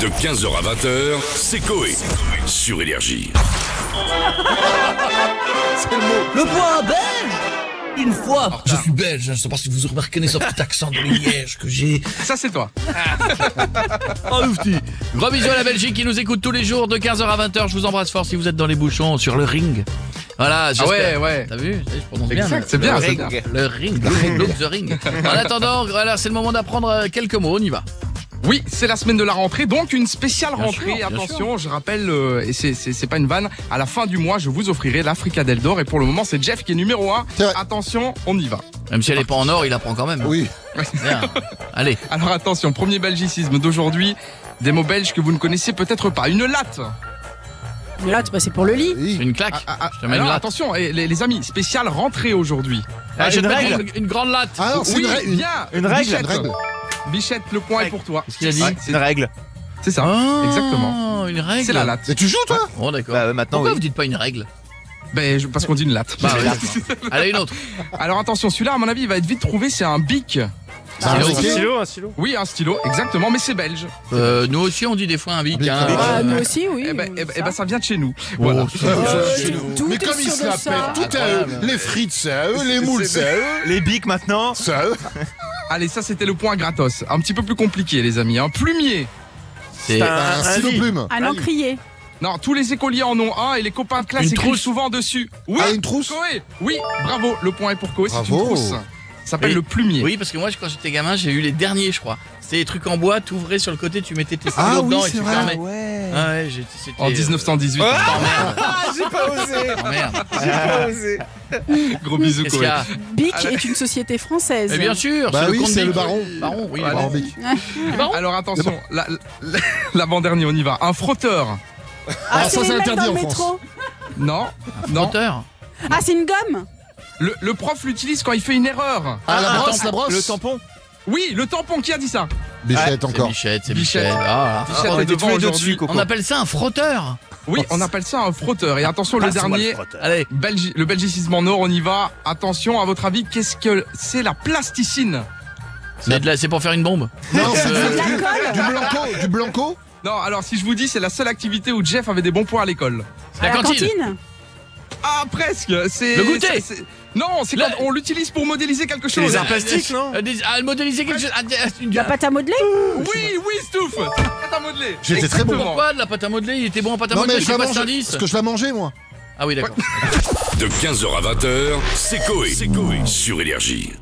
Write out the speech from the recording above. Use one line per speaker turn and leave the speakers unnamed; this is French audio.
De 15h à 20h, c'est Coé. Sur Énergie.
Le point belge Une fois
Je suis belge, hein, je sais pas si vous remarquez ce petit accent de Liège que j'ai.
Ça, c'est toi.
Gros bisous à la Belgique qui nous écoute tous les jours de 15h à 20h. Je vous embrasse fort si vous êtes dans les bouchons sur le ring. Voilà, j'espère.
Ah ouais, ouais.
T'as vu Je prononce bien.
Exact,
le-
c'est
le
bien, c'est
ring.
bien.
Le ring, le ring, look the ring. En attendant, voilà, c'est le moment d'apprendre euh, quelques mots, on y va.
Oui, c'est la semaine de la rentrée, donc une spéciale
Bien
rentrée.
sûr, bien
Attention, je rappelle, euh, et c'est- c'est c'est pas une vanne, à la fin du mois, je vous offrirai l'Africa Del Dor. Et pour le moment, c'est Jeff qui est numéro 1.
C'est vrai.
Attention, on y va.
Même si elle est pas en or, il apprend quand même.
Oui.
Bien. Allez,
Alors attention, premier belgicisme d'aujourd'hui, des mots belges que vous ne connaissez peut-être pas. Une latte.
Ah,
Mais là, tu passais pour le lit.
Oui.
une claque.
Ah, ah,
Je te mets une
alors,
latte.
attention, eh, les, les amis, spéciale rentrée aujourd'hui.
Ah, je vais
une
te mettre
règle.
une, une grande latte.
Ah non, c'est
Oui,
une règle. une-
bien.
une règle,
Bichette,
une règle.
Bichette, le point est pour toi.
Qu'est-ce qu'il a dit
Ouais,
C'est une
c'est-
règle.
C'est ça,
Ah,
exactement.
Une règle.
C'est la latte.
Mais tu joues, toi
Bon, d'accord.
Bah, ouais, maintenant,
Pourquoi
oui.
vous dites pas une règle
Ben, je- parce qu'on dit une latte.
Bah, voilà. Allez, une autre.
Alors attention, celui-là, à mon avis, il va être vite trouvé, c'est un bic.
C'est un
Ah,
Un
briquet.
stylo, hein un stylo.
Oui, un stylo, exactement, mais c'est belge.
Euh, nous aussi, on dit des fois un bic. hein.
Ah, nous aussi, oui.
Eh ben, eh
on
ben,
dit
eh ben,
ça.
ça vient de chez nous. Voilà.
Oh,
Euh, tout-
Chez nous.
tout
Mais
est
comme ils
sûr
se
de
la
ça.
pètent, tout est à eux.
Incroyable.
Les frites, Ah, c'est à eux. Les
C'est-
moules,
c'est-
c'est à eux.
Les bics maintenant.
C'est à eux.
Allez, ça c'était le point gratos. Un petit peu plus compliqué, les amis. Un plumier.
C'est
Un stylo
lit.
plume.
Un encrier.
Non, tous les écoliers en ont un et les copains de classe
Une
écrivent
trousse.
souvent dessus. Oui,
Ah, une trousse
Coé. Oui, bravo. Le point est pour Coé, c'est une
Bravo.
trousse. Ça s'appelle
Oui.
le plumier.
Oui, parce que moi, je- quand j'étais gamin, j'ai eu les derniers, je crois. C'était des trucs en bois, t'ouvrais sur le côté, tu mettais tes stylos
Ah oui,
dedans et
c'est
tu
vrai,
fermais.
ouais.
Ah ouais, j'ai- c'était,
En
euh,
1918.
Ah
J'ai pas osé.
oh, merde.
J'ai pas osé.
Gros bisous,
Qu'est-ce qu'il y
Coé.
a
Bic
Ah,
est une société française.
Mais Eh bien sûr,
Bah
c'est
oui,
le comte
c'est
Bic.
le baron. Ah,
Baron, oui.
Voilà.
baron.
Barbic.
Alors attention, la- la- l'avant-dernier, on y va. Un frotteur.
Ah,
Alors,
c'est
ça,
les
c'est
mecs
interdit
dans le
en
métro.
Non, non.
Auteur.
Ah, c'est une gomme.
Le, le prof l'utilise quand il fait une erreur.
Ah,
Ah,
la brosse,
attends,
la brosse.
Le tampon.
Oui, le tampon, qui a dit ça
Bichette
C'est
encore.
Bichette, c'est
Bichette.
Bichette. Ah,
Bichette
on-
est
était
devant
tous les deux
aujourd'hui.
dessus, Coco.
on appelle ça un frotteur.
Oui, on appelle ça un frotteur. Et attention,
Ah,
Ah,
le dernier,
Allez,
Belgi- le belgicisme en or, on y va. Attention, à votre avis, qu'est-ce que c'est la plasticine
c'est de la- c'est pour faire une bombe.
Non, c'est
De
du-
la colle.
du blanco. Du blanco.
Non, alors si je vous dis, c'est la seule activité où Jeff avait des bons points à l'école.
La
À
cantine.
Ah, presque C'est
Le goûter.
c'est- c'est- Non, c'est
Le-
quand on l'utilise pour modéliser quelque
C'est
chose.
les arts plastiques, non
Euh, des- Ah, modéliser quelque chose. Ah, des- ah, une-
La pâte à modeler.
Oui, oui, Stouff C'est à modeler.
J'étais très bon.
Exactement.
Pourquoi de la pâte à modeler Il était bon en pâte à
Non,
modeler,
mais
je
je
sais
la
pas cet
mange.
indice.
Parce que je la mangeais, moi.
Ah oui, d'accord.
De 15h à 20h, c'est Coé. Sur Énergie.